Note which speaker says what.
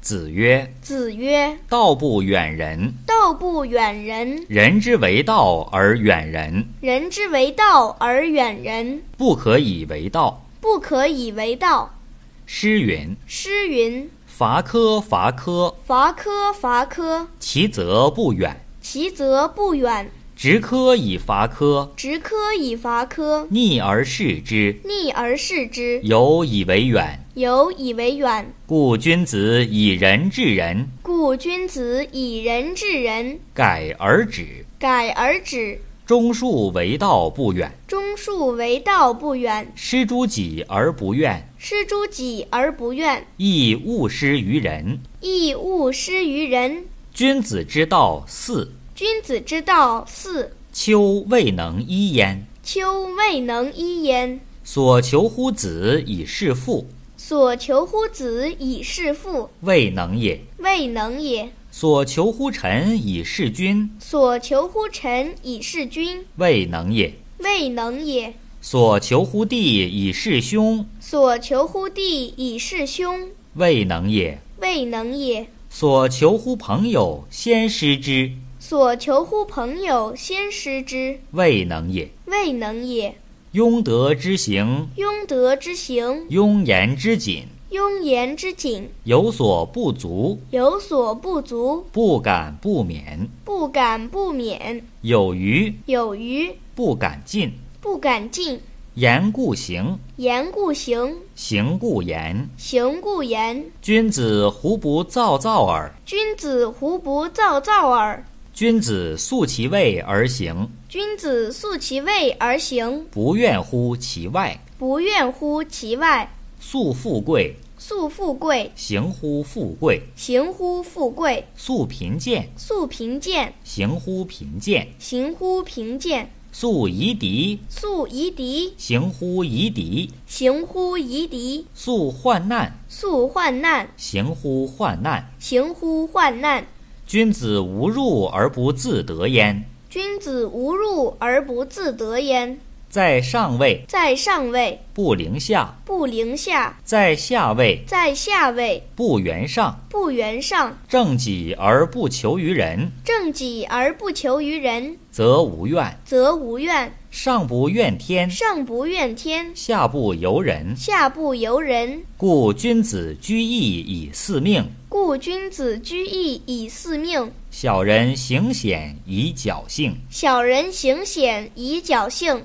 Speaker 1: 子曰
Speaker 2: 子曰：“
Speaker 1: 道不远人，：“
Speaker 2: 道不远人，
Speaker 1: 人之为道而远人，
Speaker 2: 人之为道而远人，
Speaker 1: 不可以为道。
Speaker 2: 不可以为道。”
Speaker 1: 诗云”
Speaker 2: 诗云：“
Speaker 1: 伐柯伐柯，：“
Speaker 2: 伐柯伐柯，
Speaker 1: 其则不远；
Speaker 2: 其则不远；
Speaker 1: 执柯以伐柯，
Speaker 2: 执柯以伐柯，
Speaker 1: 逆而视之，
Speaker 2: 逆而视之，
Speaker 1: 有以为远。
Speaker 2: 有以为远。
Speaker 1: 故君子以人治人，
Speaker 2: 故君子以人治人，
Speaker 1: 改而止。
Speaker 2: 改而止。
Speaker 1: 忠恕为道不远，
Speaker 2: 忠恕为道不远，
Speaker 1: 失诸己而不怨，
Speaker 2: 失诸己而不怨，
Speaker 1: 亦勿施于人。
Speaker 2: 亦勿施于人。
Speaker 1: 君子之道四，
Speaker 2: 君子之道四，
Speaker 1: 丘未能一焉。
Speaker 2: 丘未能一焉。
Speaker 1: 所求乎子以事父，
Speaker 2: 所求乎子以事父，
Speaker 1: 未能也；
Speaker 2: 未能也；
Speaker 1: 所求乎臣以事君，
Speaker 2: 所求乎臣以事君，
Speaker 1: 未能也；
Speaker 2: 未能也；
Speaker 1: 所求乎弟以事兄，
Speaker 2: 所求乎弟以事兄，
Speaker 1: 未能也；
Speaker 2: 未能也；
Speaker 1: 所求乎朋友先失之，
Speaker 2: 所求乎朋友先失之，
Speaker 1: 未能也。
Speaker 2: 未能也。
Speaker 1: 庸德之行，
Speaker 2: 庸德之行，
Speaker 1: 庸言之谨，
Speaker 2: 庸言之谨，
Speaker 1: 有所不足，
Speaker 2: 有所不足，
Speaker 1: 不敢不勉；
Speaker 2: 不敢不勉；
Speaker 1: 有余，
Speaker 2: 有余，
Speaker 1: 不敢进。
Speaker 2: 不敢进。
Speaker 1: 言故行，
Speaker 2: 言故行，
Speaker 1: 行故言。
Speaker 2: 行故言。
Speaker 1: 君子胡不躁躁耳？
Speaker 2: 君子胡不躁躁耳？
Speaker 1: 君子素其位而行，
Speaker 2: 君子素其位而行，
Speaker 1: 不怨乎其外；
Speaker 2: 不怨乎其外。
Speaker 1: 素富贵，
Speaker 2: 素富贵，
Speaker 1: 行乎富贵；
Speaker 2: 行乎富贵；
Speaker 1: 素贫贱，
Speaker 2: 素贫贱，
Speaker 1: 行乎贫贱；
Speaker 2: 行乎贫贱；
Speaker 1: 素夷狄，
Speaker 2: 素夷狄，
Speaker 1: 行乎夷狄；
Speaker 2: 行乎夷狄；
Speaker 1: 素患难，
Speaker 2: 素患难，
Speaker 1: 行乎患难。
Speaker 2: 行乎患难。
Speaker 1: 君子无入而不自得焉。
Speaker 2: 君子无入而不自得焉。
Speaker 1: 在上位
Speaker 2: 在上位
Speaker 1: 不凌下，
Speaker 2: 不凌下，
Speaker 1: 在下位
Speaker 2: 在下位
Speaker 1: 不圆上。
Speaker 2: 不圆上。
Speaker 1: 正己而不求于人，
Speaker 2: 正己而不求于人，
Speaker 1: 则无怨；
Speaker 2: 则无怨。
Speaker 1: 上不怨天，
Speaker 2: 上不怨天，
Speaker 1: 下不尤人。
Speaker 2: 下不尤人。
Speaker 1: 故君子居易以四命，
Speaker 2: 故君子居易以四命，
Speaker 1: 小人行险以侥幸。
Speaker 2: 小人行险以侥幸。